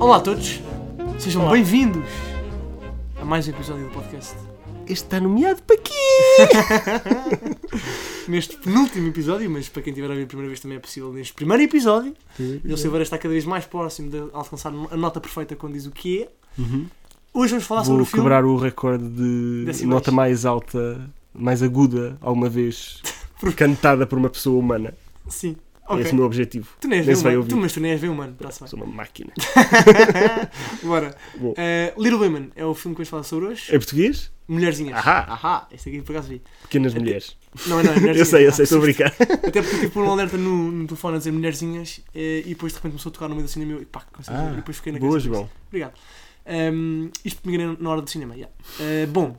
Olá a todos, sejam Olá. bem-vindos a mais um episódio do podcast. Este está nomeado para quê? Neste penúltimo episódio, mas para quem tiver a ver a primeira vez também é possível, neste primeiro episódio, eu Silveira está cada vez mais próximo de alcançar a nota perfeita quando diz o que é. Uhum. Hoje vamos falar sobre Vou o filme. quebrar o recorde de Decibéis. nota mais alta, mais aguda, alguma vez cantada por uma pessoa humana. Sim, É ok. Tá. Esse é o meu objetivo. Tu nem és Nem bem se vai humano, ouvir. tu, mas tu nem és bem humano, para a semana. Sou uma máquina. Bora. Bom. Eh, Little Women é o filme que vamos falar sobre hoje. É português? Mulherzinhas. Ahá. Ahá, este aqui por acaso vi. Pequenas Até- mulheres. Não, não, é Eu Mulherzinhas. sei, eu Ah, sei, estou a brincar. Até porque tipo um alerta no, no telefone a dizer mulherzinhas eh, e depois de repente começou a tocar no meio do cinema e eu, pá, consegui Ah, ver. e depois fiquei na Boa, cabeça. João. Obrigado. Ahm, isto me enganei na hora do cinema, yeah. Eh, Bom,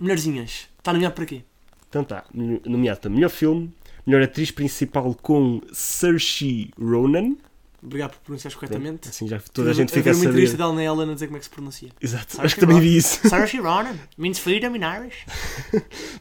mulherzinhas, está nomeado para quê? Então tá, no- nomeado para melhor filme, melhor atriz principal com Saoirse Ronan. Obrigado por pronunciar corretamente. Assim já toda a Tive gente fica a ver uma entrevista saber. dela é na Ellen a dizer como é que se pronuncia. Exato, Saoirse acho que também Ronan. vi isso. Sarah Ronan, means freedom in Irish.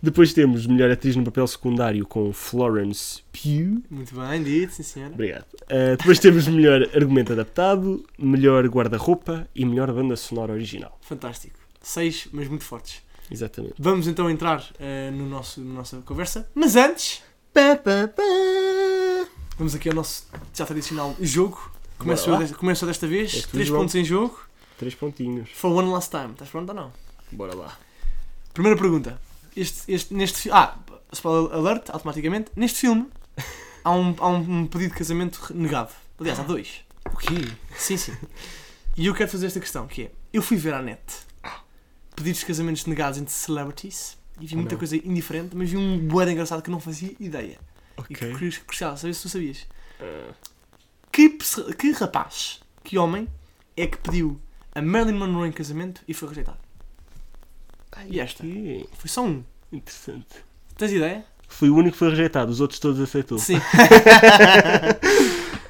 Depois temos melhor atriz no papel secundário com Florence Pugh. Muito bem, dito, sim senhora. Obrigado. Uh, depois temos melhor argumento adaptado, melhor guarda-roupa e melhor banda sonora original. Fantástico. Seis, mas muito fortes. Exatamente. Vamos então entrar eh, no nosso, na nossa conversa. Mas antes, Pá, pá, pá. Vamos aqui ao nosso já tradicional jogo. Começo Bora eu, lá. desta, começo eu desta És vez. tu, Três João. pontos em jogo. Três pontinhos. For one last time. Estás pronto ou não? Bora lá. Primeira pergunta. Este, este, neste fi- Ah, spoiler alert, automaticamente. Neste filme há um, há um pedido de casamento re- negado. Aliás, há dois. O quê? Sim, sim. E eu quero fazer esta questão, que é... Eu fui ver à net Ah. pedidos de casamentos negados entre celebrities e vi Ah, muita não. coisa indiferente, mas vi um bué de engraçado que eu não fazia ideia. E que Ok. cru- crucial, saber se tu sabias. Ah, Que, pessoa- que rapaz, que homem é que pediu a Marilyn Monroe em casamento e foi rejeitado? E esta? ok. Foi só um. Interessante. Tens ideia? Foi o único que foi rejeitado, os outros todos aceitou. Sim.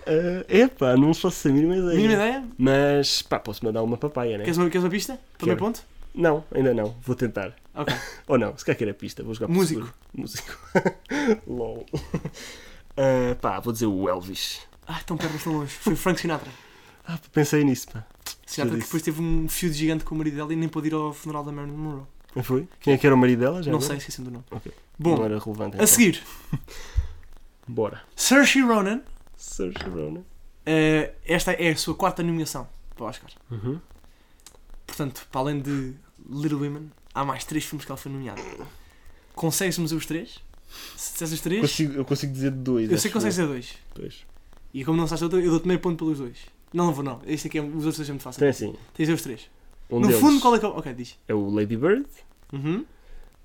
Ah, epá, não faço a mínima ideia. Mínima ideia? Mas, pá, posso mandar uma papaya, né? Queres uma, queres uma pista? Primeiro Quero. ponto? Não, ainda não. Vou tentar. Ok. Ou não, se calhar que era pista, vou jogar por Músico. seguro. Músico. LOL. Ah, pá, vou dizer o Elvis. Ah, tão perto, mas tão longe. Foi Frank Sinatra. Ah, pá, pensei nisso, pá. Sinatra que disse. depois teve um fio de gigante com o marido dela e nem pôde ir ao funeral da Marilyn Monroe. Não foi? Quem é que era o marido dela? Já não agora? sei, esqueci do nome. Ok. Bom, Não era relevante. a então. seguir, Bora. Saoirse Ronan. Saoirse Ronan. eh, esta é a sua quarta nomeação para o Oscar. Uhum. Portanto, para além de Little Women, há mais três filmes que ela foi nomeada. Consegues-nos os três? Se disseres os três, Consigo- eu consigo dizer dois. eu sei acho que consegues dizer dois. Dois. E como não sabes outro, eu dou-te meio ponto pelos dois. Não, não vou, não. Este aqui é, os outros dois é muito fácil. Então é assim. Tens de dizer os três. Um no deles fundo, qual é que é o. Ok, diz. é o Lady Bird. Uhum.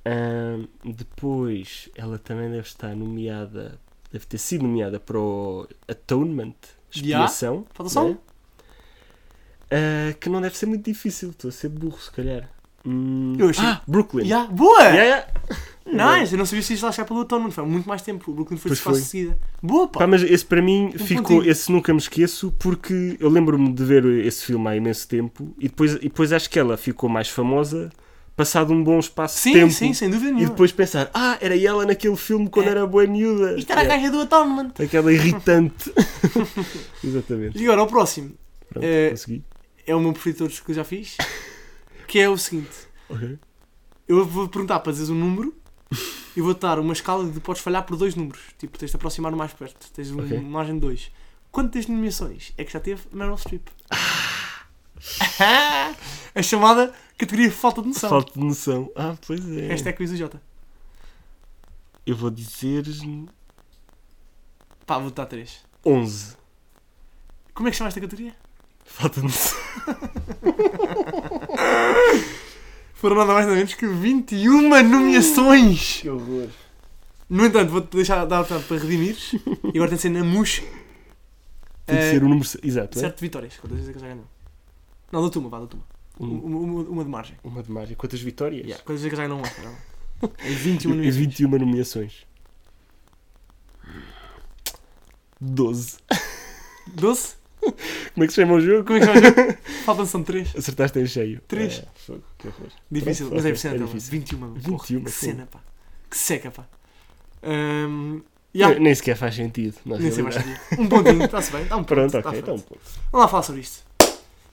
Ahm, depois, ela também deve estar nomeada, deve ter sido nomeada para o Atonement, Já? expiação. Falta só né? um. Ah, que não deve ser muito difícil, estou a ser burro, se calhar. Hum, Eu achei- Ah, Brooklyn. Yeah, boa! Yeah, yeah. Nice! Eu não sabia se isto lá chegar pelo outono, foi muito mais tempo. O Brooklyn foi Pois quase foi. de seguida. Boa, pá! um Pá, mas esse para mim ficou, pontinho. esse nunca me esqueço, porque eu lembro-me de ver esse filme há imenso tempo e depois, e depois acho que ela ficou mais famosa passado um bom espaço de sim, tempo. sim, sem dúvida E nenhuma. depois pensar, ah, era ela naquele filme quando É. era boa miúda. Isto era a Yeah. caixa do Atonement. Aquela irritante. Exatamente. E agora, o próximo Pronto, Eh, consegui. é o meu preferido de todos que eu já fiz, que é o seguinte. Ok. Eu vou perguntar para dizeres um número e vou-te dar uma escala de podes falhar por dois números. Tipo, tens de aproximar o mais perto. Tens um- Ok. uma margem de dois. Quantas nomeações é que já teve Meryl Streep? a chamada categoria falta de noção. Ah! Falta de noção. Ah, pois é. Esta é a quiz do Jota. Eu vou dizer Pá, vou-te dar três. 11. Como é que chama esta categoria? Falta de noção. Foram nada mais nada menos que 21 nomeações! Que horror. No entanto, vou-te deixar dar tempo para redimires. E agora tem de ser na mousse. Tem que Eh, ser o número. ce- Exato, é? Certo de vitórias, quantas vezes é que já ganhou? Não, da turma, vá, da turma. Um- Uma, uma- uma de margem. Uma de margem. Quantas vitórias? Yeah. Quantas vezes é que já ganhou um Oscar? não? É 21 E nomeações. 21 nomeações. 12. 12? Como é que se chama o jogo? Como é que se chama? Faltam são 3. Acertaste em cheio. Três. É, fogo, que horror. Difícil, Pronto, mas é ok, impressionante. é mano. difícil. 21, mano. porra, 21, Que sim. cena, pá. Que seca, pá. Ahm, yeah, Nem, nem sequer faz sentido. na Nem sei mais realidade. sabia. Um pontinho, está-se bem. Dá um ponto. Pronto, tá ok. feito. Então, pronto. Vamos lá falar sobre isto.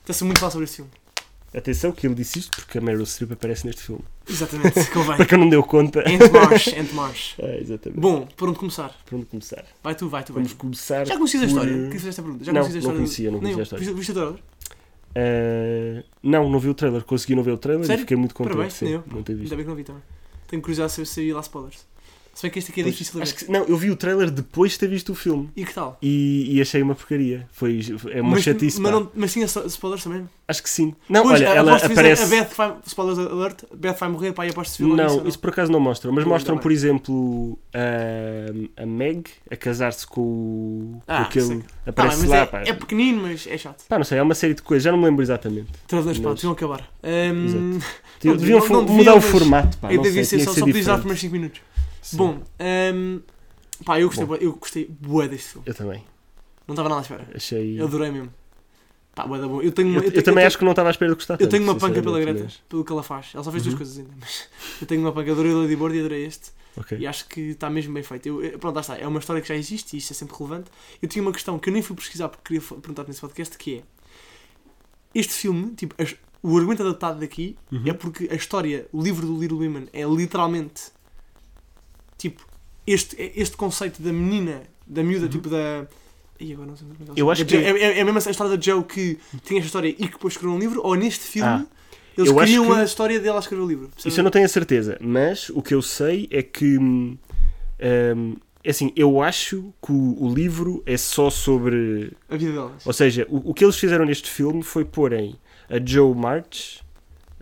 Tem-se muito falar sobre esse filme. Atenção que ele disse isto porque a Meryl Streep aparece neste filme. Exatamente, Para convém. quem não deu conta. Ant Marsh, Ant Marsh. Ah, exatamente. Bom, por onde começar? Por onde começar? Vai tu, vai tu, vai Vamos tu. começar. Já conhecias a por- história? Queria fazer esta pergunta. Já Não, conhecias a não história? conhecia, não Nem conhecia a eu. Viste- história. Viste a trailer? Ah, não, não vi o trailer. Consegui não ver o trailer Sério? e fiquei muito contente. Parabéns, sim, nem eu. Não ter visto. Ainda bem que não vi também. Tenho curiosidade de saber se havia lá spoilers. Se bem que este aqui é Pois, difícil de acho ver. que- não, eu vi o trailer depois de ter visto o filme. E que tal? E, e achei uma porcaria. Foi, é uma mas, chatice. mas, pá. não- mas tinha so- spoilers também? Acho que sim. Não, Pois, olha, a- ela aposto que aparece. A Beth que vai... Spoilers alert. Beth vai morrer, pai, aposto que se viu logo Não, isso, ou isso por acaso não mostram, mas Ainda mostram, bem. por exemplo, a, a Meg a casar-se com o. Ah, com aquele. sei. Tá bem, Aparece mas lá, é, pá. é pequenino, mas é chato. Pá, não sei, é uma série de coisas, já não me lembro exatamente. Tradunas, pá, Mas- deviam acabar. Ahm, Não, deviam não fo- devia, mudar o mas formato, pá. eu Não sei, devia ser tinha só, que ser só podias dar os diferente. primeiros 5 minutos. Sim, Bom, ahm, pá, eu gostei, Bom. bué- eu gostei bué deste filme. Eu também. Não estava nada à espera. Achei. Eu Eu, adorei mesmo. Pá, bué da bom. Eu tenho uma, eu tenho- também eu acho que não estava à espera de gostar tenho- Eu tenho uma tanto, panca pela sinceramente, Greta, pelo que ela faz. Ela só fez Uhum. duas coisas ainda, mas eu tenho uma panca. Adorei o Ladyboard e adorei este. mas- Ok. E acho que está mesmo bem feito. Eu, eu- pronto, lá está. É uma história que já existe e isto é sempre relevante. Eu tinha uma questão que eu nem fui pesquisar porque queria fa- perguntar-te nesse podcast, que é... Este filme, tipo, as- o argumento adaptado daqui Uhum. é porque a história, o livro do Little Women é literalmente tipo este, este conceito da menina, da miúda, Uhum. tipo da. Ih, agora não sei como é que ela Eu se- acho da que- Jo- é, é, é mesmo a história da Joe que tinha esta história e que depois escreveu um livro, ou neste filme eles Ah. eu acho criam que- a história dela a escrever o livro. percebes? Isso eu não tenho a certeza, mas o que eu sei é que. hum, hum, é assim, eu acho que o- o livro é só sobre A vida delas. Ou seja, o, o que eles fizeram neste filme foi porem a Joe March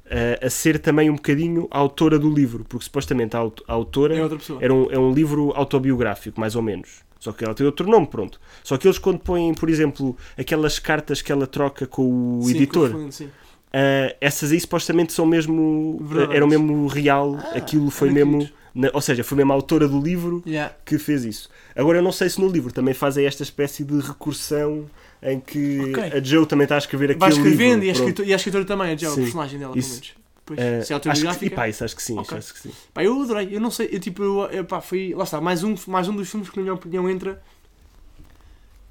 eh, a ser também um bocadinho a autora do livro, porque supostamente a, aut- a É autora outra pessoa. era um, é um livro autobiográfico, mais ou menos. Só que ela tem outro nome, pronto. Só que eles quando põem, por exemplo, aquelas cartas que ela troca com o Sim, editor, confundo, sim. ah, essas aí supostamente são mesmo. Verdadeiras. eram mesmo real, Ah, aquilo foi olha que mesmo. giro. na- ou seja, foi mesmo a autora do livro Yeah. que fez isso. Agora eu não sei se no livro também fazem esta espécie de recursão em que Ok. a Joe também está a escrever aquele Vai escrevendo livro. e a, pronto. escritora, e a escritora também, a Joe, a Sim. personagem dela, Isso. pelo menos. Pois, Eh, se é acho que, e autobiográfica. pá, isso acho que sim, Ok. acho que sim. Pá, eu adorei, eu não sei, eu tipo, eu, eu, pá, foi, lá está, mais um, mais um dos filmes que na minha opinião entra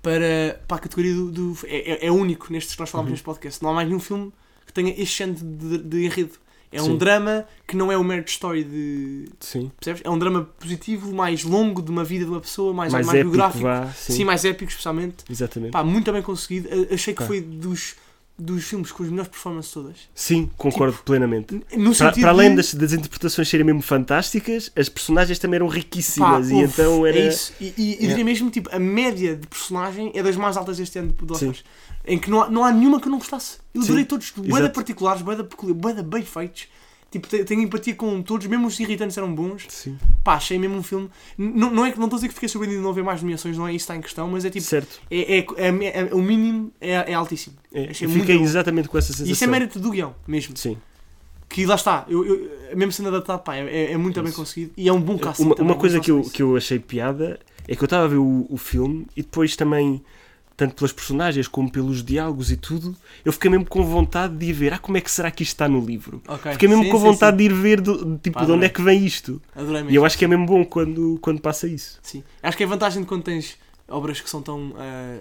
para, para a categoria do, do- é, é- é único nestes que nós falámos Uhum. neste podcast, não há mais nenhum filme que tenha este género de, de enredo, é Sim. um drama que não é o marriage story de, Sim. percebes? É um drama positivo, mais longo de uma vida de uma pessoa, mais, mais, Mais, épico, biográfico, vá, sim. sim. mais Tipo, épico especialmente, Exatamente. pá, muito bem conseguido, A- achei que Pá. foi dos, dos filmes com as melhores performances todas, Sim, concordo plenamente. tipo, no Para, sentido para além de- das, das interpretações serem mesmo fantásticas, as personagens também eram Pá, riquíssimas e houve, então era. É isso. E, e- e Yeah. diria mesmo, tipo, a média de personagem é das mais altas deste ano de Sim. Oscars. Em que não há, não há nenhuma que eu não gostasse. Eu Sim. adorei todos. Boeda Exato. particulares, boeda peculiar, boeda bem feitos. Tipo, te- tenho empatia com todos. Mesmo os irritantes eram bons. Sim. Pá, achei mesmo um filme... Não, não é que não estou a dizer que fiquei surpreendido de não haver mais nomeações. Não é isso que está em questão. Mas é tipo... certo. É, é- é- é- o mínimo é, é altíssimo. É, achei eu muito fiquei bom. exatamente com essa E sensação. isso é mérito do guião, mesmo. Sim. Que lá está. Eu, eu- mesmo sendo adaptado, pá, é, é muito bem Isso. conseguido. E é um bom casting uma, também, uma coisa gosto que eu, disso. que eu achei piada é que eu estava a ver o, o filme e depois também, tanto pelas personagens como pelos diálogos e tudo, eu fiquei mesmo com vontade de ir ver, ah, como é que será que isto está no livro? Ok. Fiquei mesmo Sim, com sim, sim. vontade de ir ver do- tipo, Pá, de onde adorei. é que vem isto. Adorei mesmo. E eu acho que é mesmo bom quando, quando passa isso. Sim. Acho que é a vantagem de quando tens obras que são tão ah,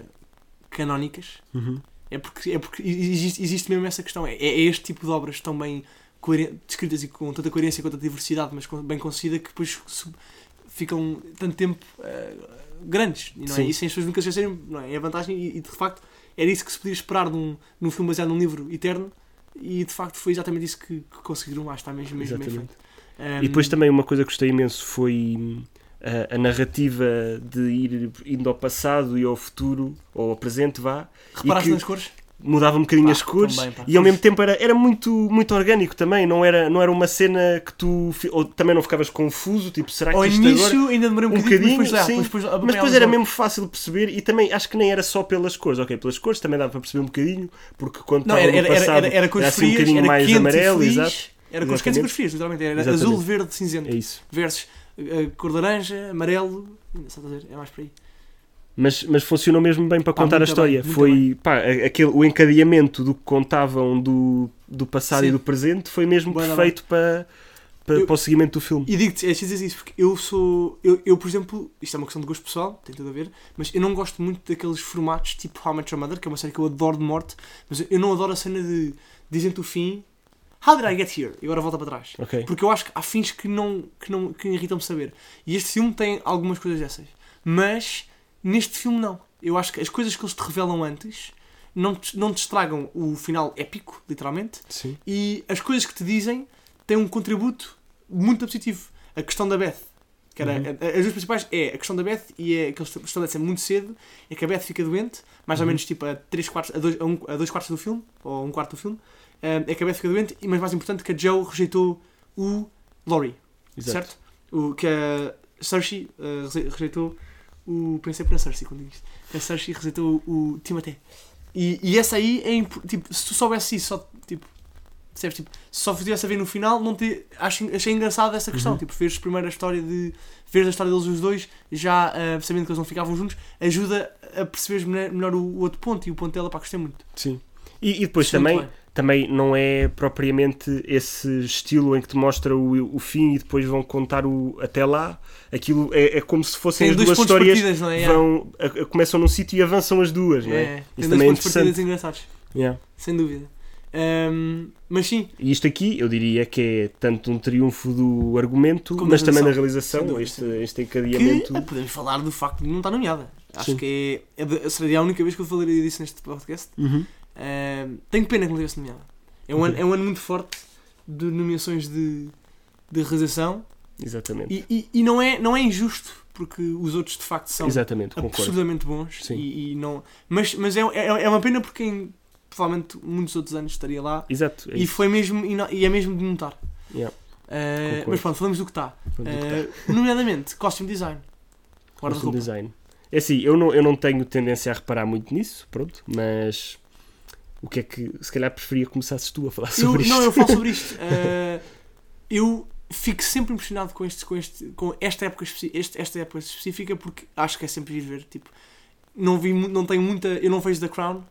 canónicas Uhum. é porque, é porque existe, existe mesmo essa questão. É, é este tipo de obras tão bem coeren- descritas e com tanta coerência, com tanta diversidade, mas com- bem conseguida, que depois su- ficam tanto tempo ah, grandes. E não é? Sim. E sem as pessoas nunca se esquecerem, não é? É a vantagem e, e, de facto era isso que se podia esperar num, num filme baseado num livro eterno. E de facto foi exatamente isso que, que conseguiram. Acho que está mesmo, mesmo bem Exatamente. feito. Ah, E depois também uma coisa que gostei imenso foi hum, a, a narrativa de ir indo ao passado e ao futuro, ou ao presente, vá, reparaste e que- nas cores? mudava um bocadinho Pá, as cores também, pá. e ao mesmo tempo era, era muito, muito orgânico também, não era, não era uma cena que tu fi- ou também não ficavas confuso, tipo, será que Ao isto agora. início ainda demorei um um bocadinho, bocadinho, mas depois, lá, sim. depois, depois, Mas depois era apanhámos mesmo fácil de perceber e também acho que nem era só pelas cores, ok, pelas cores também dava para perceber um bocadinho, porque quando Não, estava era, no era, era, passado era, era cores era assim um frias, bocadinho era mais quente amarelo, e feliz, exato. era cores quentes e Exatamente. cores frias, literalmente, era Exatamente. azul, verde, cinzento, É isso. versus eh, cor de laranja, amarelo, não sei dizer, é mais por aí. Mas, mas funcionou mesmo bem para Pá, contar a muito história. bem, muito foi pá, a- aquele, o encadeamento do que contavam do, do passado Sim. e do presente foi mesmo Bué da perfeito para, para, Eu- para o seguimento do filme. E digo-te, é preciso dizer isso, porque eu sou. Eu, eu, por exemplo, isto é uma questão de gosto pessoal, tem tudo a ver, mas eu não gosto muito daqueles formatos tipo How I Met Your Mother, que é uma série que eu adoro de morte, mas eu não adoro a cena de dizem-te o fim. How did I get here? E agora volta para trás. Ok. Porque eu acho que há fins que não, que não que irritam-me saber. E este filme tem algumas coisas dessas. Mas neste filme não. Eu acho que as coisas que eles te revelam antes não te, não te estragam o final épico, literalmente, Sim. e as coisas que te dizem têm um contributo muito positivo. A questão da Beth. Que era, Uhum. a- a- As duas principais é a questão da Beth e é que eles estabelecem muito cedo é que a Beth fica doente, mais ou Uhum. menos tipo a 3 quartos, a 2 a um, a dois quartos do filme, ou a um quarto do filme, eh, é que a Beth fica doente, e mas mais importante que a Joe rejeitou o Laurie, Exato. certo? O, que a Cersei eh, reje- rejeitou o. Pensei na Cersei quando digo isto. A Cersei rejeitou o Timothée. E, e essa aí é imp- tipo, se tu soubesse isso, só tipo, percebes? Tipo, se só fizesse a ver no final, não te, acho, achei engraçado essa questão. Uhum. Tipo, veres primeiro a história de. Veres a história deles os dois, já ah, sabendo que eles não ficavam juntos, ajuda a perceberes melhor, melhor o, o outro ponto e o ponto dela para gostei muito. Sim. E, e depois Muito também, bem. também não é propriamente esse estilo em que te mostra o, o fim e depois vão contar o até lá. Aquilo é, é como se fossem Tem as dois duas pontos histórias partidas, não é? Yeah. vão, a- a- começam num sítio e avançam as duas, não É, é? é. Tem Isso dois também é pontos partidas interessante. engraçados, Yeah. sem dúvida. Ahm, mas sim, E isto aqui, eu diria que é tanto um triunfo do argumento, Como mas da também da Sem realização, dúvida, este, sem dúvida. este que encadeamento. ah, podemos falar do facto de não estar nomeada. Acho é Sim. que é, é de- seria a única vez que eu falaria disso neste podcast. Uhum. Ahm, tenho pena que não tivesse nomeada. É um, ano, Ok. é um ano muito forte de nomeações de, de realização Exatamente. e, e, e não, é, não é injusto, porque os outros de facto são Exatamente, concordo. absurdamente bons. Sim. E, e não, mas mas é, é, é uma pena porque em, provavelmente muitos outros anos estaria lá Exato. é e, isso. foi mesmo, e, não- e é mesmo de notar. Yeah. Ah, Concordo. mas pronto, falamos do que está. Pronto, o que tá. Ah, nomeadamente, costume design. Costume Guarda-roupa. design. É assim, eu não, eu não tenho tendência a reparar muito nisso, pronto, mas o que é que se calhar preferia começasses tu a falar Eu, sobre isto? não, é eu falo sobre isto. Ah, eu fico sempre impressionado com, este, com, este, com esta, época especi- este- esta época específica porque acho que é sempre giro ver. Tipo, não, vi, mu- não tenho muita. Eu não vejo The Crown.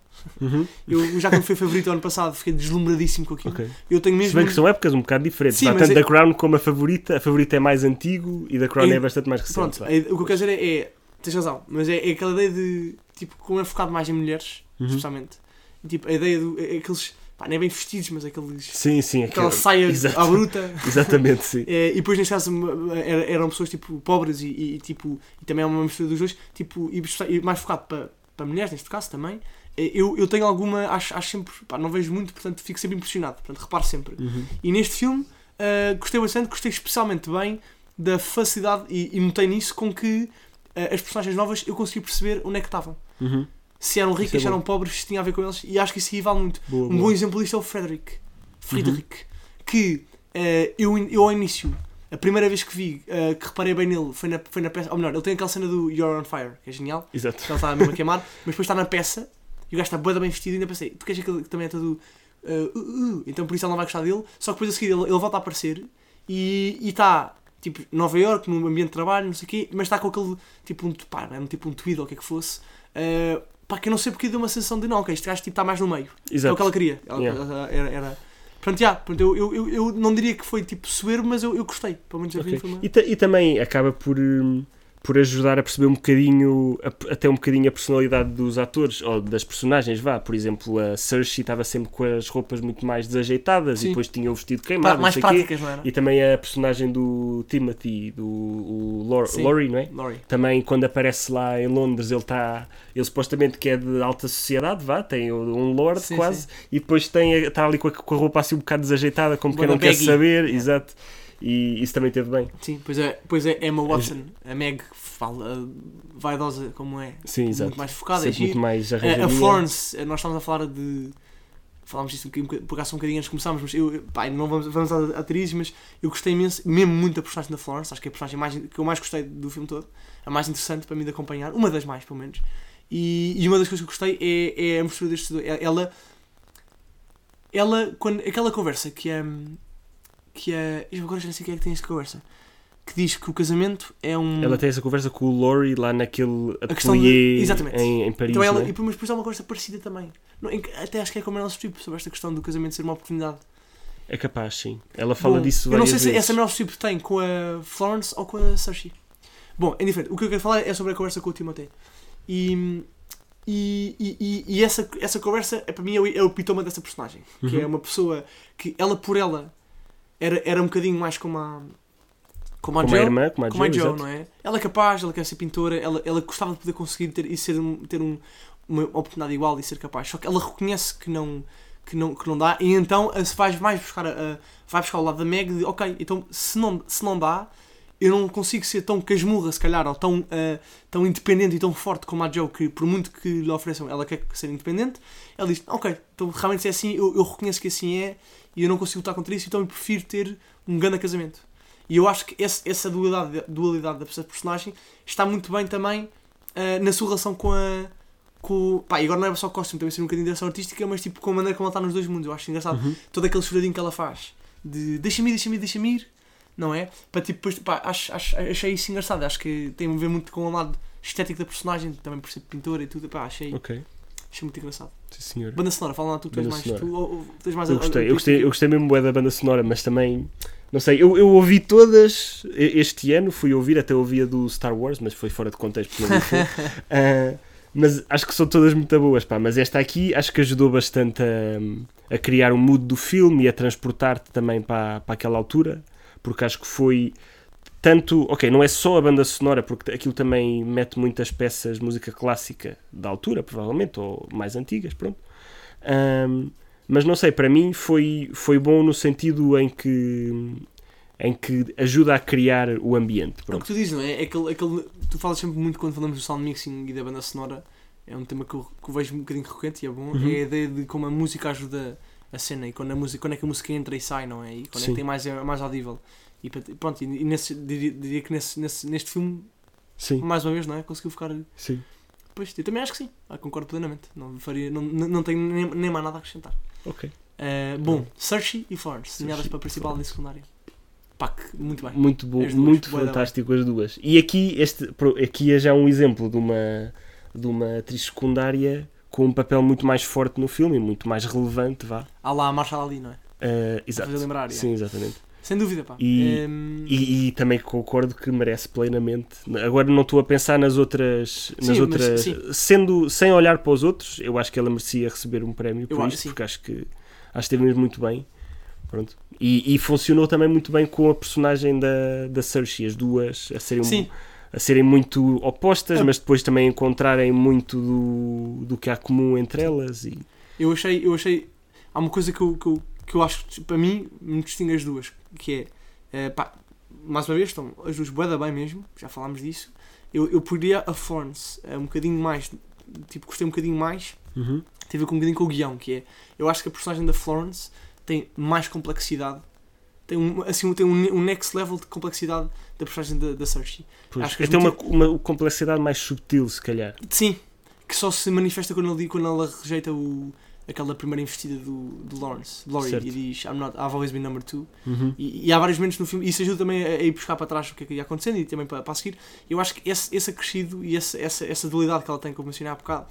Uhum, Eu, já que me foi favorito ano passado, fiquei deslumbradíssimo com aquilo. ok. Eu tenho Se mesmo. bem que são épocas um bocado diferentes. Sim, Há mas tanto é- da Crown como a favorita. A favorita é mais antigo e da Crown Em- é bastante mais recente. Pronto, vá. é- o que eu quero dizer é, é- Tens razão, mas é, é aquela ideia de. Tipo, como é focado mais em mulheres, Uhum. especialmente. E, tipo, a ideia do. é- é aqueles. Pá, nem é bem vestidos, mas aqueles. Sim, sim, é Aquela aquela. saia Exato. à bruta. Exatamente, sim. É, e depois, neste caso, m- era- eram pessoas tipo pobres e, e, tipo, e também é uma mistura dos dois, tipo, e, espe- e mais focado para, para mulheres, neste caso também. É, Eu, eu tenho alguma, acho, acho sempre, pá, não vejo muito, portanto fico sempre impressionado, portanto reparo sempre. Uhum. E neste filme ah, gostei bastante, gostei especialmente bem da facilidade, e, e notei nisso, com que ah, as personagens novas eu consegui perceber onde é que estavam. Uhum. Se eram ricas, Isso é se bom. eram pobres, se tinha a ver com eles, e acho que isso aí vale muito. Boa, Um boa. bom exemplo disto é o Frederick. Frederick. Que eh, eu, in- eu ao início, a primeira vez que vi, eh, que reparei bem nele, foi na, foi na peça. Ou melhor, ele tem aquela cena do You're on Fire, que é genial, Exato. que ele está mesmo a queimar, mas depois está na peça e o gajo está bué da bem vestido e ainda pensei, tu queres aquele que também é todo. eh, uh, uh, então por isso ele não vai gostar dele. Só que depois a seguir ele, ele volta a aparecer e e está. Tipo, Nova York, num ambiente de trabalho, não sei o quê, mas está com aquele tipo um, pá, não é? um tipo um tweed ou o que é que fosse, eh, pá, que eu não sei porque deu uma sensação de não, ok, este gajo tipo, está mais no meio. É o que Exato. ela queria. Ela- Yeah. ela- era, era... Pronto, já. Pronto, eu, eu, eu, eu não diria que foi tipo soberbo, mas eu, eu gostei. Pelo menos a mim Ok. foi uma... E, ta- e também acaba por, hum, por ajudar a perceber um bocadinho, a- até um bocadinho a personalidade dos atores ou das personagens, vá. Por exemplo, a Cersei estava sempre com as roupas muito mais desajeitadas Sim. e depois tinha o vestido Pá, queimado, mais não sei o quê. práticas, não era? E também a personagem do Timothy, do o Lor- Sim. Laurie, não é? Laurie. Também quando aparece lá em Londres, ele está. Ele supostamente que é de alta sociedade, vá, tem um lord Sim, quase, e depois tem, está ali com a, com a roupa assim um bocado desajeitada, como quem Boa não quer baggy. saber, exato. E isso também teve bem. Sim, pois é, pois é Emma Watson, a Meg, fala, vaidosa como é, Sim, exato. muito mais focada. é Sempre muito giro. mais A, arranjadinha. a Florence, eh, nós estávamos a falar de. Falámos disso um bocadinho, por acaso um bocadinho antes de começarmos, mas eu, pá, não vamos, vamos à atriz, mas eu gostei imenso, mesmo muito da personagem da Florence, acho que é a personagem mais, que eu mais gostei do filme todo, a mais interessante para mim de acompanhar, uma das mais, pelo menos. E, e uma das coisas que eu gostei é, é a mistura destes dois. Ela, ela quando, aquela conversa que é. que é. eu agora já não sei quem é que tem esta conversa, que diz que o casamento é um. Ela tem essa conversa com o Laurie lá naquele questão de- ateliê Exatamente. em, em Paris. Então ela, não é? e depois, mas depois há uma coisa parecida também. Não, em que- até acho que é com a Meryl Streep sobre esta questão do casamento ser uma oportunidade. É capaz, sim. Ela fala Bom, disso Eu não várias sei se vezes. essa é Meryl Streep tem com a Florence ou com a Saoirse. Bom, é diferente. O que eu quero falar é sobre a conversa com o Timothée. E, e, e- e, e essa, essa conversa, é, para mim, é o, é o epitoma dessa personagem. Que Uhum. é uma pessoa que, ela por ela, era, era um bocadinho mais como a... Como a Como a Joe. irmã, como a Como a Joe, Joe, exato. não é? Ela é capaz, ela quer ser pintora, ela, ela gostava de poder conseguir ter, e ser, um- ter um- uma oportunidade igual e ser capaz. Só que ela reconhece que não, que não, que não dá e então a- se vai mais buscar, a, a- vai buscar o lado da Meg de ok, então se não, se não dá, eu não consigo ser tão casmurra, se calhar, ou tão, ah, tão independente e tão forte como a Joe, que por muito que lhe ofereçam, ela quer ser independente. Ela diz: Ok, então realmente se é assim, eu, eu reconheço que assim é e eu não consigo lutar contra isso, então eu prefiro ter um grande casamento. E eu acho que esse- essa dualidade, dualidade da dessa personagem está muito bem também ah, na sua relação com a. Com, pá, e agora não é só costume, também ser um bocadinho de direção artística, mas tipo com a maneira como ela está nos dois mundos. Eu acho engraçado Uhum. todo aquele choradinho que ela faz de deixa-me ir, deixa-me ir, deixa-me ir, não é? Para tipo, depois, pá, acho, acho, achei isso engraçado. Acho que tem a ver muito com o lado estético da personagem, também por ser pintora e tudo, pá, achei, Ok, achei muito engraçado. sim senhora. Banda sonora, fala lá tu, tu és Banda mais. sonora. Tu, ou, ou, tens mais tipo a- Eu gostei, a- eu gostei, eu gostei mesmo bué da banda sonora, mas também, não sei, eu, eu ouvi todas e- este ano, fui ouvir, até ouvi a do Star Wars, mas foi fora de contexto, porque não vi o filme. Ah, mas acho que são todas muito boas, pá. Mas esta aqui acho que ajudou bastante a, a criar o mood do filme e a transportar-te também para, para aquela altura, porque acho que foi tanto, ok, não é só a banda sonora, porque aquilo também mete muitas peças de música clássica da altura, provavelmente, ou mais antigas, pronto. Ahm, mas não sei, para mim foi, foi bom no sentido em que, em que ajuda a criar o ambiente. É o Pronto. que tu dizes, não é? É aquele, aquele, tu falas sempre muito quando falamos do sound mixing e da banda sonora, é um tema que eu, que eu vejo um bocadinho recorrente e é bom. Uhum. É a ideia de como a música ajuda a cena e quando, a música, quando é que a música entra e sai, não é? E quando é Sim. que tem mais, é mais audível. E pat- pronto, e e nesse, diria, diria que nesse, nesse- neste filme, Sim, mais uma vez, não é? Conseguiu ficar. sim. Pois, eu também acho que sim, Ah, concordo plenamente. Não, faria, não, não não tenho nem, nem mais nada a acrescentar. Ok. Ah, bom, Searchy e Florence, nomeadas Saoirse para e principal e secundária. Pá, que- muito bem. Muito bom, As duas, muito bué da fantástico as duas. E aqui, este, pro- aqui é já um exemplo de uma, de uma atriz secundária com um papel muito mais forte no filme e muito mais relevante, vá. Há lá a Marshall Ali, não é? Ah, Para exato. fazer lembrar. é. Sim, exatamente. Sem dúvida, pá. E- Ehm, E, e também concordo que merece plenamente. Agora não estou a pensar nas outras. Nas mas- outras sim. sendo sem olhar para os outros, eu acho que ela merecia receber um prémio por Eu acho isto, que sim. porque acho que acho que esteve mesmo muito bem. Pronto. E, e funcionou também muito bem com a personagem da, da Cersei, as duas a serem, Sim, a serem muito opostas, Ah. mas depois também encontrarem muito do, do que há comum entre elas. E, eu achei, eu achei. Há uma coisa que eu, que eu, que eu acho que para mim me distingue as duas, que é eh, pá, mais uma vez estão as duas bué da bem mesmo, já falámos disso. Eu, eu poderia a Florence eh, um bocadinho mais, tipo, gostei um bocadinho mais, Uhum, tem a ver com um bocadinho com o guião, que é eu acho que a personagem da Florence tem mais complexidade, tem um, assim, tem um, ne- um next level de complexidade da personagem da, da Cersei. Pois, Acho que as até uma, uma complexidade mais subtil, se calhar. Sim, que só se manifesta quando, ele, quando ela rejeita o, aquela primeira investida do, do Lawrence, do Laurie, Certo. e diz I'm not, I've always been number two. uhum, E, e há vários momentos no filme, e isso ajuda também a, a ir buscar para trás o que é que ia acontecendo e também para, para a seguir. Eu acho que esse, esse acrescido e esse- essa, essa dualidade que ela tem, como mencionei há bocado,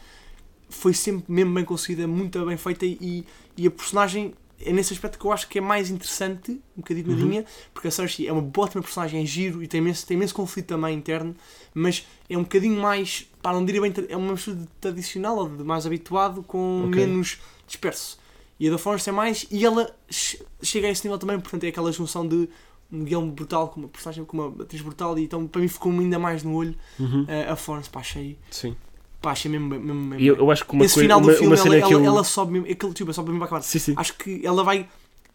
foi sempre mesmo bem conseguida, muito bem feita e, e a personagem. É nesse aspecto que eu acho que é mais interessante, um bocadinho na Uhum. linha, porque a Cersei é uma ótima personagem, é giro e tem imenso, tem imenso conflito também interno, mas é um bocadinho mais, para não diria bem, tra- é uma mistura de tradicional ou de mais habituado com Ok. menos disperso. E a da Florence é mais, e ela che- chega a esse nível também, portanto é aquela junção de um guião brutal com uma personagem, com uma atriz brutal, e então para mim ficou ainda mais no olho uhum. eh, a Florence, pá, achei, Sim. pá, achei mesmo, bem- mesmo, mesmo E eu, bem. eu acho que uma, Uhum. Esse coisa, final do uma, filme, uma cena ela, que eu. ela, ela sobe mesmo, aquele, desculpa, só para mim para acabar, Sim, sim. acho que ela vai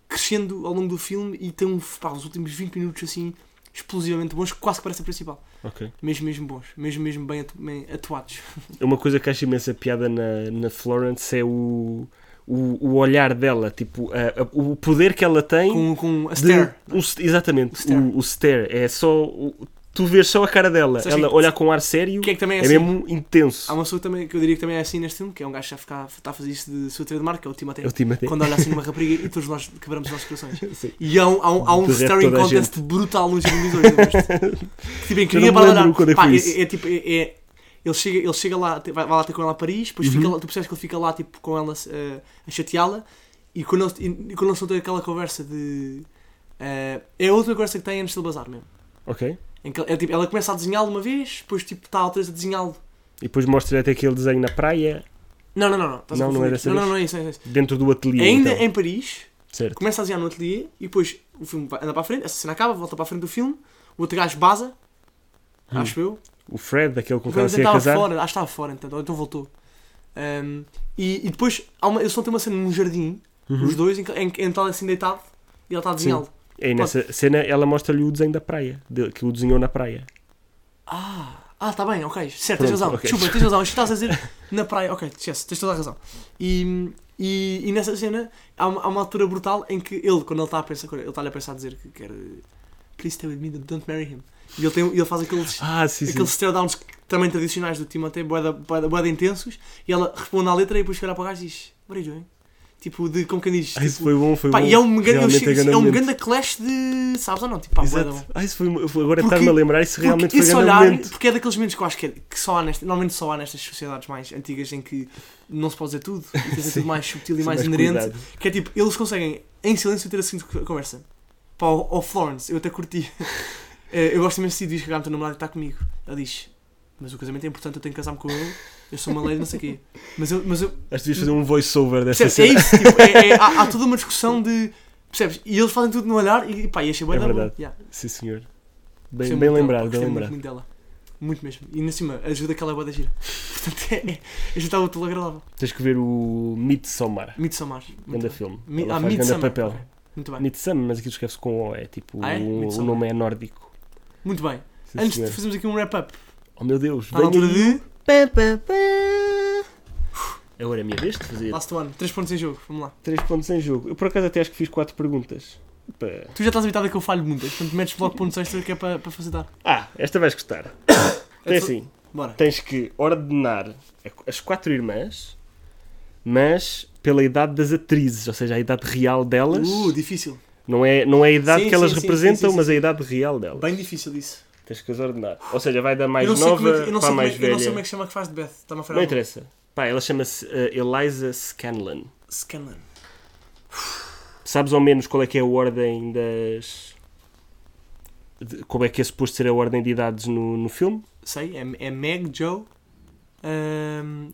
crescendo ao longo do filme e tem um, pá, os últimos 20 minutos assim explosivamente bons, que quase que parece a principal. Ok. Mesmo, mesmo bons, mesmo, mesmo bem, atu- bem atuados. Uma coisa que acho imensa piada na, na Florence é o, o, o olhar dela, tipo, a- a- o poder que ela tem. Com, com a de- stare. o st- exatamente, O stare. O, o stare. É só. o- tu vês só a cara dela. Sabes ela que- olhar com ar sério. O assim, que é que também é, é assim? mesmo intenso. Há uma pessoa que também, que eu diria que também é assim neste filme, que é um gajo que já fica- está a fazer isso de sua trademark, que é o Timothée. Eu te matei. Quando olha assim numa rapariga e todos nós quebramos os nossos corações. Sim. E há um, há um, há um De resto, staring toda a contest brutal nos televisores. eu gosto. que tipo, é incrível Eu não me lembro baralhar. quando é que Pá, foi é- isso. é tipo, é- é- ele chega, ele chega lá, te- vai, vai lá ter com ela a Paris, depois Uhum. fica lá, tu percebes que ele fica lá tipo, com ela eh, a chateá-la. E quando eles, e, e quando eles estão a ter aquela conversa de. eh, é outra conversa que tem antes de bazar mesmo. Ok. Em que, ela- é, tipo, ela começa a desenhá-lo uma vez, depois tipo, está outra vez a desenhá-lo. E depois mostra até aquele desenho na praia, Não, não, não, não. Estás a Não, não é confundir. dessa não, não, vez. não é isso, não é isso. dentro do ateliê. Ainda então. em Paris, Certo. começa a desenhar no ateliê e depois o filme vai- anda para a frente, essa cena acaba, volta para a frente do filme, o outro gajo baza, Hum. acho eu, O Fred, aquele com o quem Fernando ela se ia estava casar. fora, acho que estava fora, então, ou então voltou. Ahm, e, e depois há uma, eles estão a ter uma cena num jardim, Uhum. os dois, em que em que- em que ele é assim deitado e ele está a desenhá-lo. E é nessa cena ela mostra-lhe o desenho da praia, de- que o desenhou na praia. Ah, ah, está bem, ok, certo, Pronto, tens razão. ok. Desculpa, tens razão. Isto que estás a dizer na praia, ok, esquece, tens toda a razão. E, e, e nessa cena há uma, há uma altura brutal em que ele, quando ele está a pensar, ele está a pensar a dizer que quer. eh, Please stay with me, don't marry him. E ele, tem, ele faz aqueles, Ah, sim, sim. aqueles stare-downs também tradicionais do Timothée, boeda, boeda, boeda intensos, e ela responde à letra e depois olha para o gajo e diz: What are you doing? Tipo, de como quem diz. Ah, isso tipo, foi bom, foi pá, bom. e é um grande, Realmente é um momento. grande clash de. Sabes ou não? Tipo, pá, boeda bom. Exato. Ah, isso foi, foi- agora Porque- está-me a lembrar, isso realmente Porque foi esse grande olhar, momento. porque é daqueles momentos que eu acho que, é- que só há nesta, normalmente só há nestas sociedades mais antigas em que não se pode dizer tudo, e tens Sim. tudo mais subtil e Sim, mais, mais inerente, cuidado. que é tipo, eles conseguem em silêncio ter a seguinte co- conversa. Pá, ao, ao Florence, eu até curti. Eh, eu gosto imenso de diz que a namorado que está comigo. Ele diz, mas o casamento é importante, eu tenho que casar-me com ele, eu sou uma lei, não sei o quê. Mas eu, mas eu, Acho que devias fazer um voice-over dessa percebes, é cena. isso, tipo, é- é- há, há toda uma discussão de, percebes, e eles fazem tudo no olhar e pá, e achei bué É da boa. verdade. Yeah. Sim, senhor. Bem, Gostei bem muito dela, lembrado, bem gostei muito, lembrado. muito dela. Muito mesmo. E na cima, ajuda que ela é boa da gira. Portanto, é, é, ajudava o teu agradável. Tens que ver o Midsommar, Midsommar. Muito grande bem. filme. Mi- Ela ah, faz grande Midsommar, papel. ok. Muito bem. Midsommar, mas aquilo escreve-se com O, é tipo, Ah, é? o- o Midsommar. nome é nórdico. Muito bem. Sim, Antes senhor. de Tá fazermos aqui um wrap-up, Oh meu Deus, está na altura venha aí. de. Pá, pá, pá. Agora é a minha vez de fazer Last one. 3 pontos em jogo. Vamos lá. 3 pontos em jogo. Eu por acaso até acho que fiz 4 perguntas. Pá. Tu já estás habitado a que eu falho muitas, portanto metes bloco pontos extra que é para, para facilitar. Ah, esta vais gostar. Eu É sou- assim, Bora. tens que ordenar as quatro irmãs, mas pela idade das atrizes, ou seja, a idade real delas. Uh, difícil. Não é, não é a idade Sim, que elas sim, sim, sim, representam, sim, mas a idade real delas. Bem difícil isso. Tens que as ordenar. Ou seja, vai da mais eu não sei como nova é que, eu não sei para a como é- Eu não mais sei como é velha. que chama que faz de Beth. Está-me a Não falhar. o nome. interessa. Pá, ela chama-se eh, Eliza Scanlon. Scanlan. Sabes ao menos qual é que é a ordem das. de- como é que é suposto ser a ordem de idades no, no filme? Sei, é, é Meg, Joe, ahm,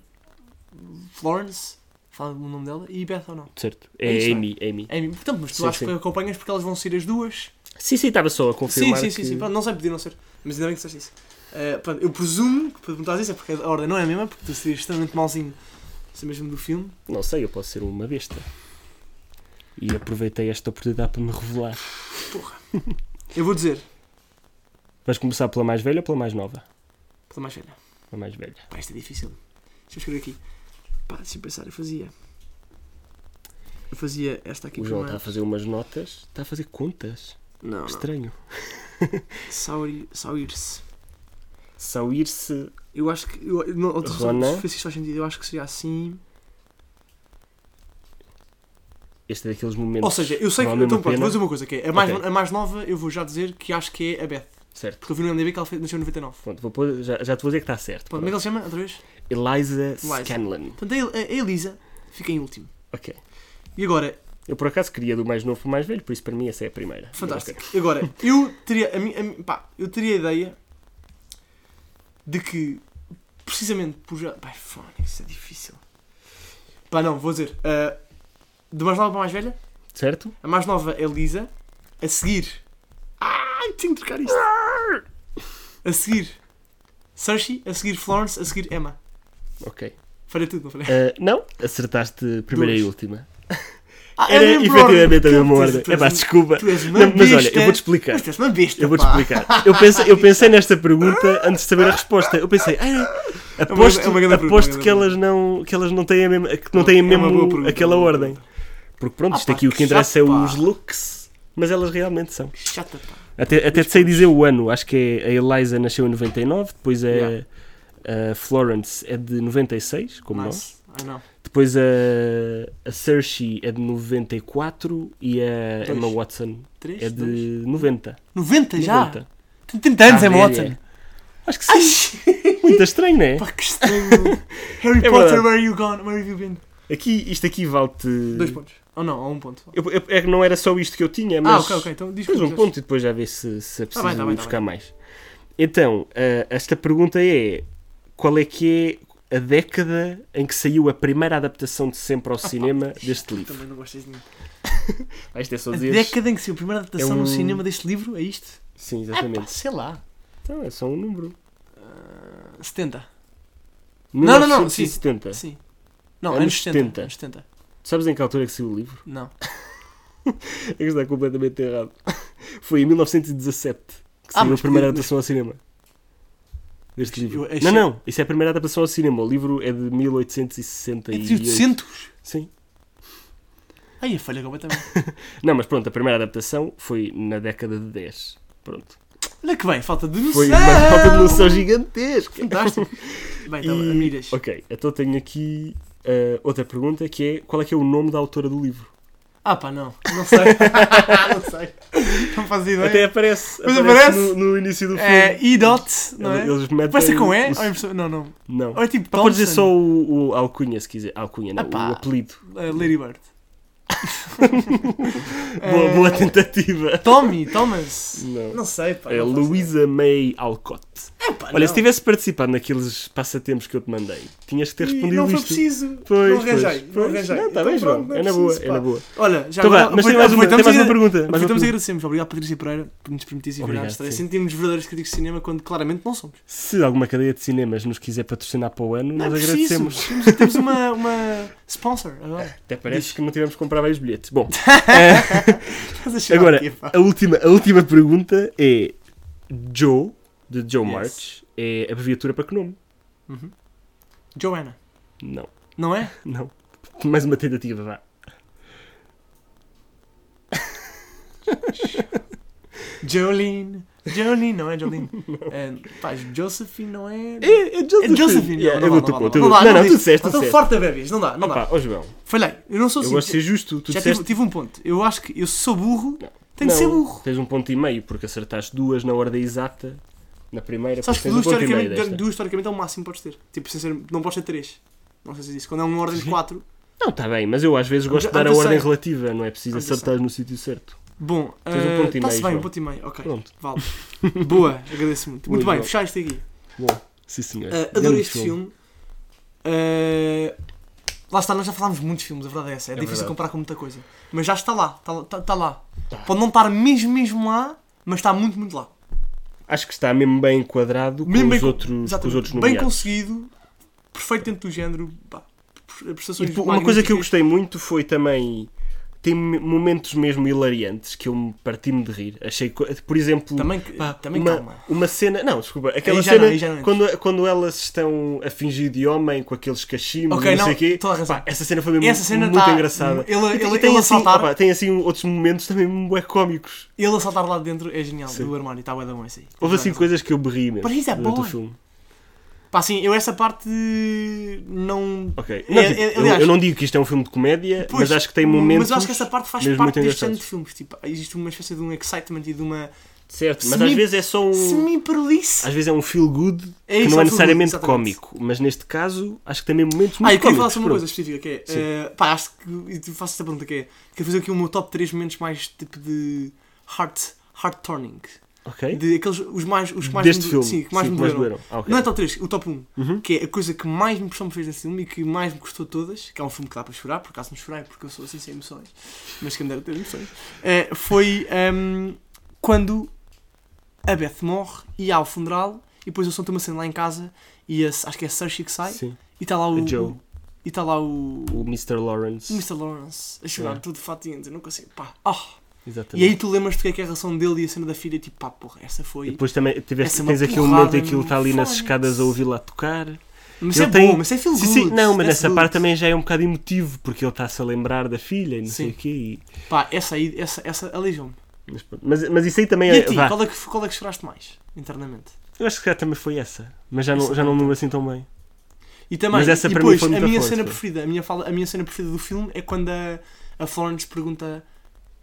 Florence, fala o nome dela, e Beth ou não? Certo. É É, isso, não é? Amy, Amy. É, portanto, mas tu Sim, acho sim. que acompanhas porque elas vão ser as duas. Sim, sim, estava só a Sim, confirmar. sim, sim, que- sim. Pronto, não sei, podia não ser. Mas ainda bem que disseste isso. Eh, pronto, eu presumo que perguntas isso é porque a ordem não é a mesma, porque tu serias extremamente malzinho, se mesmo do filme. Não sei, eu posso ser uma besta. E aproveitei esta oportunidade para me revelar. Eu vou dizer, Vais começar pela mais velha ou pela mais nova? pela mais velha, A mais velha. pá, isto é difícil. Deixa eu escrever aqui. Pá, deixa eu pensar, eu fazia. Eu fazia esta aqui O João está primeiro. a fazer umas notas, está a fazer contas. Ah, Não, não. Estranho. Sauri- Saurirs. Sauir-se. Eu acho que. Eu, eu não, outra razão, Rona. se fosse isto faz sentido, eu acho que seria assim. Este é daqueles momentos. Ou seja, eu sei que. vale mesmo Então, a pronto, pena. vou dizer uma coisa: que é a mais, Ok. a mais nova, eu vou já dizer que acho que é a Beth. Certo. Porque eu vi no MDB que ela fe- nasceu em 99. Pronto, vou pôr- já, já te vou dizer que está certo. Pronto, como é que ele se chama? Outra vez? Eliza Eliza. Scanlon. Portanto, a, El- a Elisa fica em último. Ok. E agora, Eu por acaso queria do mais novo para o mais velho, por isso para mim essa é a primeira. fantástico. E agora, eu teria a, mi- a mi- pá, eu teria a ideia de que, precisamente por já. Pá, fone, isso é difícil. Pá, não, vou dizer. ah, de mais nova para mais velha, Ok. Certo? a mais nova é Elisa. A seguir. Ai, tenho que trocar isto. Ah, A seguir. Saoirse, a seguir Florence, a seguir Emma. Ok. Falei tudo, não falei? Ah, não, acertaste primeira e Duas. última. Ah, Era mesmo por efetivamente a ordem. Tu és- mesma ordem. tu É és pá, um- desculpa. Tu és uma Não, mas olha, besta. eu vou-te explicar. Mas tu és uma besta, Eu vou-te pá. explicar. Eu pensei, eu pensei nesta pergunta antes de saber a resposta. Eu pensei, ah, aposto, é uma grande pergunta, aposto é uma que, grande elas não, que elas não têm, a mesma, que não Não, têm é uma mesmo boa pergunta, aquela é uma boa ordem. Porque pronto, Ah, isto pá, aqui o que que interessa é chato, pá. os looks, mas elas realmente são. Chata, pá. Até, até te sei dizer o ano, acho que é, a Eliza nasceu em 99, depois a, Yeah. a Florence é de 96, como nós. nice. I know. Depois a, a Cersei é de 94 e a Dois. Emma Watson 3, é de 90. 90 já? 90. Tem 30 anos, Tá é velha. Watson. Acho que sim. Ai, Muito estranho, não é? pá, que estranho. Harry É Potter, verdade. where are you gone? Where have you been? Aqui, isto aqui vale-te Dois pontos. Ou não, a um ponto. Eu- eu- é que não era só isto que eu tinha, mas. ah, ok, ok. Então diz Depois que um ponto e depois já vê se, se é Tá preciso bem, tá bem, tá buscar mais. Então, ah, esta pergunta é: qual é que é a década em que saiu a primeira adaptação de sempre ao cinema né, deste livro? Também não gostas de mim. Ah, Vais ter só A dias. década em que saiu a primeira adaptação É um- no cinema deste livro, é isto? Sim, Pá, exatamente. sei lá. Então é só um número. Ah, 70. Não, não, não, sim. 1970. Sim. Não, Anos anos 70. 70. Anos 70. Sabes em que altura é que saiu o livro? Não. É que está completamente errado. Foi em 1917 que Ah, saiu a mas primeira podia- adaptação ao cinema. Deste Eu livro. achei- Não, não, isso é a primeira adaptação ao cinema. O livro é de É 1868. de 800? Sim. Ai, a falha completamente. Não, mas pronto, a primeira adaptação foi na década de 10. Pronto. Olha que bem, falta de noção. Ah! Foi uma falta de noção gigantesca. Fantástico. Bem, tá bem, E- amigas. Ok, então tenho aqui ah, outra pergunta que é qual é que é o nome da autora do livro? Ah pá, não. Não sei. não sei. Não faz ideia. Até aparece, Mas aparece, aparece? No, no início do filme. É E. Dot, não é? Eles metem Parece com E? os- Ou é impressão- Não, não. Não. Ou é tipo Pá, Pode dizer Thompson? um só o, o alcunha, se quiser. Alcunha, não, Epá. o apelido. Uh, Lady Bird. Boa, Eh, boa tentativa. Tommy, Thomas. Não. Não sei, pá. É não faço Luísa May Alcott. ideia. Epá, Olha, não. se tivesse participado naqueles passatempos que eu te mandei, tinhas que ter E respondido Não foi isto. preciso. Pois, não arranjei. pois, Não pois. arranjei. Não, tá Então bem, João. pronto, não é na boa, preciso, é na pá. boa. Olha, já Então vá, agora. mas tem mais uma, tem aproveitamos mais e uma pergunta. mais uma Aproveitamos e pergunta. agradecemos. Obrigado, Patrícia Pereira, por nos permitir vir à Obrigado, estreia. sim. Sentimos verdadeiros críticos de cinema quando claramente não somos. Se alguma cadeia de cinemas nos quiser patrocinar para o ano, Não é nós preciso. agradecemos. Temos, temos uma, uma sponsor agora. Até Diz. parece que não tivemos que comprar vários bilhetes. Bom, Estás a chorar Agora, aqui, pá. a última, a última pergunta é Joe, de Joe Yes. March, é abreviatura para que nome? Uhum. Joanna, Não, não é? não. Mais uma tentativa, vá. Jolene. Jolene, não é Jolene. É, pá, Josephine, não é? É, é É Josephine. Yeah, não, não, eu dou-te não, não, o ponto, eu não, dou-te- dá, Não, não, diz. tu disseste, tu Estou disseste. forte a bebês, não dá, não dá. Opa, ó João, Falhei, eu não sou eu assim. gosto de ser justo. Tu já tive, disseste... tive um ponto. Eu acho que eu sou burro, Não. tenho de ser Não, burro. Tens um ponto e meio, porque acertaste duas na ordem exata, na primeira, Sabes que depois duas tens um ponto e meio historicamente, desta. duas historicamente é o máximo que podes ter. Tipo, sem ser, não podes ter três. Não sei se disse. Quando é uma ordem de quatro. Não, está bem, mas eu às vezes gosto de I'm dar a just ordem saying. relativa, não é preciso I'm just acertar no sítio certo. Bom, Tens um eh, ponto e tá-se meio, bem, um João. ponto e meio. Ok, Pronto. vale. Boa, agradeço muito. Boa, Muito bem, João. fechaste aqui. Bom, sim senhor. Eh, adorei É. Grande este filme. Eh, lá está, nós já falámos de muitos filmes, a verdade é essa. É, É difícil verdade. comparar com muita coisa. Mas já está lá, está, lá- está- está lá. Tá. Pode não estar mesmo, mesmo lá, mas está muito, muito lá. Acho que está mesmo bem enquadrado Mesmo com, bem os con- outros, com os Exatamente. outros Bem nomeados. conseguido, perfeito dentro do género, pá, pre- E, prestações pô, Tipo, uma coisa que magníficas. eu gostei muito foi também. Tem me- momentos mesmo hilariantes que eu me parti-me de rir. Achei, co- por exemplo, Também, que- Tipo, pá, também uma, calma. uma cena. Não, desculpa, aquela já não, cena aí já não entro. quando, quando elas estão a fingir de homem com aqueles cachimos Ok, e não, não, sei o quê. toda a razão. pá, essa cena foi mesmo Essa cena muito tá- engraçada. Ele, E ele, ele, tem, a assim, saltar, opá, tem assim outros momentos também bué cómicos. ele a saltar lá de dentro é genial, Sim. do armário, está bué da bom é esse aí. Houve assim Não, coisas que eu berri mesmo But he's a durante o boy. filme. Pá, sim, eu essa parte não... Ok. É, Não, tipo, é, eu- aliás- eu, não digo que isto é um filme de comédia, Pois, mas acho que tem momentos. Mas eu acho que essa parte faz mesmo parte muito deste ano de engraçados. filmes. Tipo, existe uma espécie de um excitement e de uma Certo, mas Semi- às vezes é só um. semi-perlice. Às vezes é um feel good É isso, é que não é um feel good, necessariamente exatamente. cómico, mas neste caso acho que tem mesmo momentos muito Ah, eu queria falar cómicos, sobre uma coisa pronto. específica que é. Sim. eh, pá, acho que. e tu Faço esta pergunta que é. Quero fazer aqui o meu top 3 momentos mais tipo de. Heart, heart turning. Ok? De aqueles. Os mais. Os que mais Deste me, filme. Sim, que mais sim, me doeram. Ah, ok. Não é top 3, o top 1. Uhum. Que é a coisa que mais me impressão me fez nesse filme e que mais me custou todas, que é um filme que dá para chorar, por acaso me chorei, porque eu sou assim sem emoções, mas quem me dera ter emoções, eh, foi ehm, quando a Beth morre e há o funeral, e depois eu solto uma cena lá em casa, e a- acho que é a Saoirse que sai, Sim. e está lá o. A Joe. E está lá o. O Mr. Lawrence. o Mr. Lawrence a chorar É. tudo fatinho, a dizer, não consigo, pá, oh. E Exatamente. aí tu lembras-te do que é, que é a reação dele e a cena da filha, tipo, pá, porra, essa E foi. depois também tiveste, Essa é uma tens aqui um porrada momento em que ele no está ali nas fone. escadas a ouvir lá tocar. Mas ele é tem- bom, mas é feel sim, good. sim, não, mas that's nessa good. parte também já é um bocado emotivo, porque ele está-se a lembrar da filha e não sei Sim. o quê. e- Pá, essa aí, essa, essa alijou-me. mas, pronto. Mas- mas isso aí também E é. a ti, vá. qual é, que, qual é que choraste mais, internamente? Eu acho que já também foi essa, mas já não, Essa já não me lembro assim tão bem. E também, Mas essa e para mim depois, foi muito a minha forte, cena foi. preferida, a minha, fala, a minha cena preferida do filme é quando a, a Florence pergunta,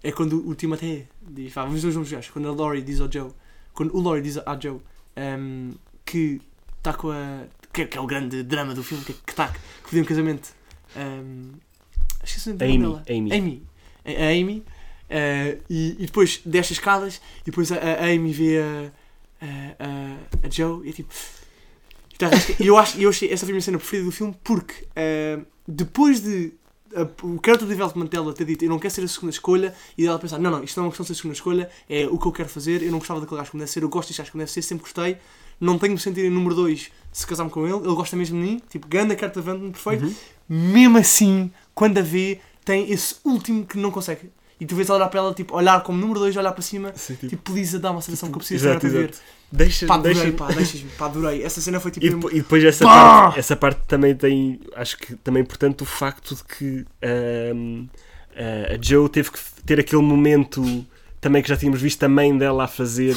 é quando o Timothée diz, vá, vamos dois vamos jogar, quando a Laurie diz ao Joe, quando o Laurie diz à Joe ehm, que tá está tá, com a, que é, que é o grande drama do filme, que é que está, que pediu um casamento ehm, Acho que Amy, dela. Amy. Amy. A a Amy. eh, e, e depois desce as escadas e depois a, a Amy vê a, a, a- a Joe e é tipo. Tá, acho que- eu acho eu achei essa foi a minha cena preferida do filme porque eh, depois de a- o character development dela ter dito eu não quero ser a segunda escolha e dela pensar não, não, isto não é uma questão de ser a segunda escolha, é o que eu quero fazer, eu não gostava daquele gajo como deve ser, eu gosto deste gajo como deve ser, sempre gostei, não tenho de sentir em número 2 se casar-me com ele, ele gosta mesmo de mim, tipo, ganda character development, perfeito, Uhum. mesmo assim, quando a vê, tem esse último que não consegue. E tu vês ela olhar para ela, tipo, olhar como número 2, olhar para cima, Assim, tipo, tipo, please, dá uma seleção que eu preciso exato, agora para ver. exato. Deixa, Pá, adorei, deixa, pá, deixas-me, pá, adorei. Essa cena foi tipo. E, mesmo- depo- e depois essa Pá! parte, essa parte também tem, acho que também portanto o facto de que ahm, a- a Joe teve que f- ter aquele momento também que já tínhamos visto também dela a fazer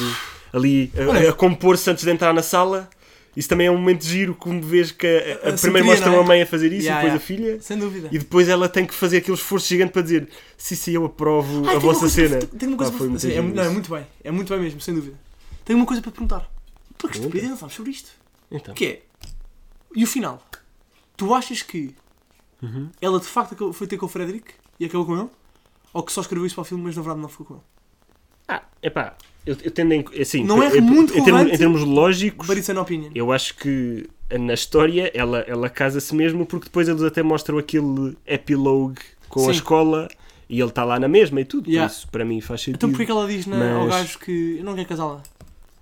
ali, a- Olha. a, compor-se antes de entrar na sala. Isso também é um momento giro, como vês que a, né? a- A primeiro sobrinha, mostram não é? a mãe a fazer isso Yeah, e depois yeah. a filha. Sem dúvida. E depois ela tem que fazer aquele esforço gigante para dizer sim, sim, eu aprovo Ai, a tenho uma vossa coisa cena. para- tenho uma coisa Pá, para- foi muito assim, é, giro mu- não, é isso. muito bem. É muito bem mesmo, sem dúvida. Tenho uma coisa para te perguntar. Porque Pergunta. estupidez, não falámos sobre isto. Então. Que é. E o final? Tu achas que Uhum. ela de facto acabou- foi ter com o Frederick e acabou com ele? Ou que só escreveu isso para o filme, mas na verdade não ficou com ele? Ah, epá, eu, eu tendo em, assim, Não é em- em- muito em termos, em relevante. termos lógicos, But it's an opinion. Eu acho que na história ela, ela casa-se mesmo porque depois eles até mostram aquele epilogue com a Sim. escola e ele está lá na mesma e tudo. Yeah. Por isso para mim faz sentido. Então porquê que ela diz na, ao Mas- gajo que eu não quero casá-la?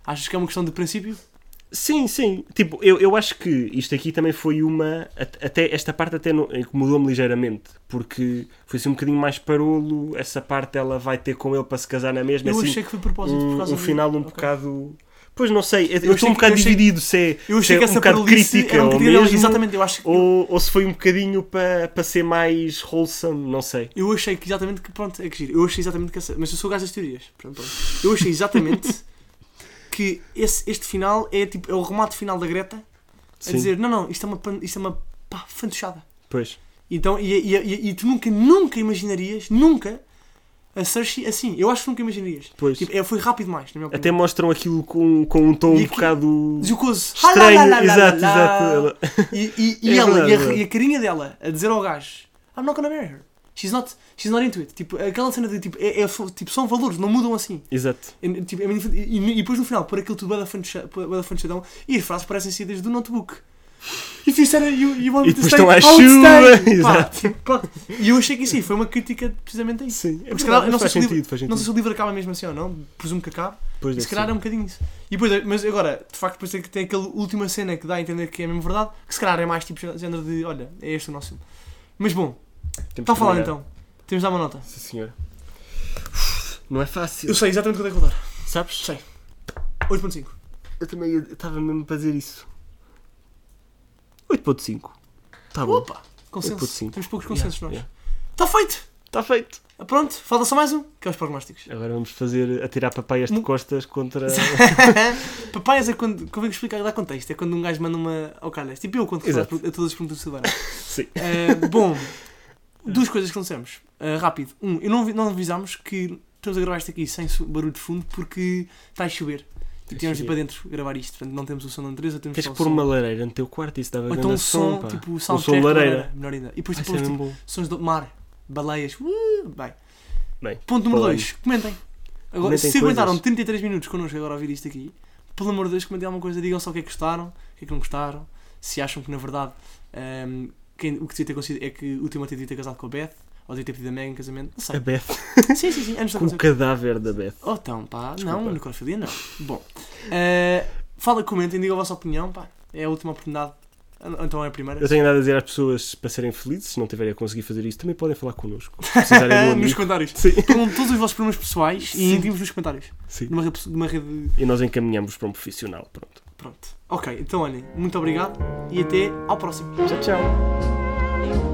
Achas que é uma questão de princípio? Sim, sim. Tipo, eu, eu acho que isto aqui também foi uma. at- Até esta parte até não- incomodou-me ligeiramente. Porque foi assim um bocadinho mais parolo. Essa parte ela vai ter com ele para se casar na mesma. eu assim, achei que foi de propósito por um, causa um do- final um Ok. bocado. Pois não sei, eu- Eu eu achei estou um que- bocado eu achei- dividido se é, Eu se achei é que um essa bocado paralice crítica era um ou bocadinho dela. mesmo, Exatamente, eu acho que. ou, ou se foi um bocadinho para pa ser mais wholesome, não sei. Eu achei que exatamente que. Pronto, é que giro. Eu achei exatamente que essa. Mas eu sou o gajo das teorias. Pronto, pronto. Eu achei exatamente que esse- este final é tipo. É o remate final da Greta a Sim. dizer: não, não, isto é uma. pan- Isto é uma pá, fantochada. Pois. Então, e, e- e- e tu nunca, nunca imaginarias, nunca, a Cersei assim. Eu acho que nunca imaginarias. Pois. Tipo, é, foi rápido demais, na minha Até opinião. mostram aquilo com, com um tom E um aqui- bocado Diz o coso. estranho. Ah, lá, lá, lá, exato, lá, exato. lá. Ela- E, e- e É ela, verdade, e, a, verdade. e a carinha dela a dizer ao gajo: I'm not gonna marry her. She's not, she's not into it. Tipo, aquela cena de tipo, é, é- tipo são valores, não mudam assim. Exato. E, tipo, é muito infantil- e, e depois no final, por aquilo tudo, bué da fantocha- bué da fantochadão, e as frases parecem saídas do notebook. If you said it, you, you want E me to depois stay, estão à I would chuva. stay. Pá, Exato. tipo, pronto. E eu achei que sim, foi uma crítica precisamente a isso. é Sim, Mas se calhar, verdade, não sei faz se o livro- sentido, faz Não sei sentido. se o livro acaba mesmo assim ou não, presumo que acabe. Pois E deve se calhar ser. é um bocadinho isso. E depois, eh, mas agora, de facto, depois tem, tem aquela última cena que dá a entender que é mesmo verdade, que se calhar é mais tipo género de, olha, é este o nosso filme. Mas bom, Temos está a que falar trabalhar. então. Temos de dar uma nota. Sim, senhora. Não é fácil. Eu sei exatamente quanto é que vou dar. Sabes? Sei. 8.5. Eu também estava mesmo para dizer isso. 8.5. Tá bom. Opa! Consenso. 8.5. Temos poucos Yeah, consensos nós. yeah. Está feito! Tá feito. Pronto, falta só mais um, que é os prognósticos. Agora vamos fazer atirar papaias de Mu- costas contra. Papaias é quando, como é que explicar, dá contexto, é quando um gajo manda uma ao calhas. Tipo eu quando respondo Exato. a todas as perguntas do Silvana. Sim. Uh, bom, duas coisas que não dissemos. Uh, rápido. Um, eu não, vi- não avisámos que estamos a gravar isto aqui sem su- barulho de fundo porque está a chover. E tivemos de ir para dentro gravar isto. Portanto, não temos o som da natureza, temos Tens só que o pôr som. uma lareira no teu quarto e isso dava Ou então grande um som, som. pá. tipo som soundtrack de lareira. Melhor ainda. E depois Vai ser tipo, mesmo tipo, bom. sons do mar, baleias. Uh, bem. Bem, Ponto número falando. 2. Comentem. Agora, Comentem se aguentaram coisas. 33 minutos connosco agora a ouvir isto aqui, pelo amor de Deus, comentem alguma coisa. Digam só o que é que gostaram, o que é que não gostaram. Se acham que, na verdade, ehm, quem- o que devia ter conseguido é que o Timothy devia ter casado com a Beth, ou devia ter pedido a Meg em casamento. Não A sei. Beth. sim, sim, sim. Antes de Com o acontecer. cadáver da Beth. Oh, então, pá. Desculpa. Não, necrofilia não. Bom. eh, fala, comentem, digam a vossa opinião, pá. É a última oportunidade. Ou Então é a primeira. Eu tenho nada a dizer às pessoas para serem felizes, se não tiverem a conseguir fazer isso, também podem falar connosco. Se precisarem de um Eh, nos amigo. comentários. Sim. Ponham todos os vossos problemas pessoais Sim. e enviem nos comentários. Sim. Numa rede, numa rede E nós encaminhamos para um profissional. Pronto. Pronto. Ok, então olhem, muito obrigado e até ao próximo. Tchau, tchau.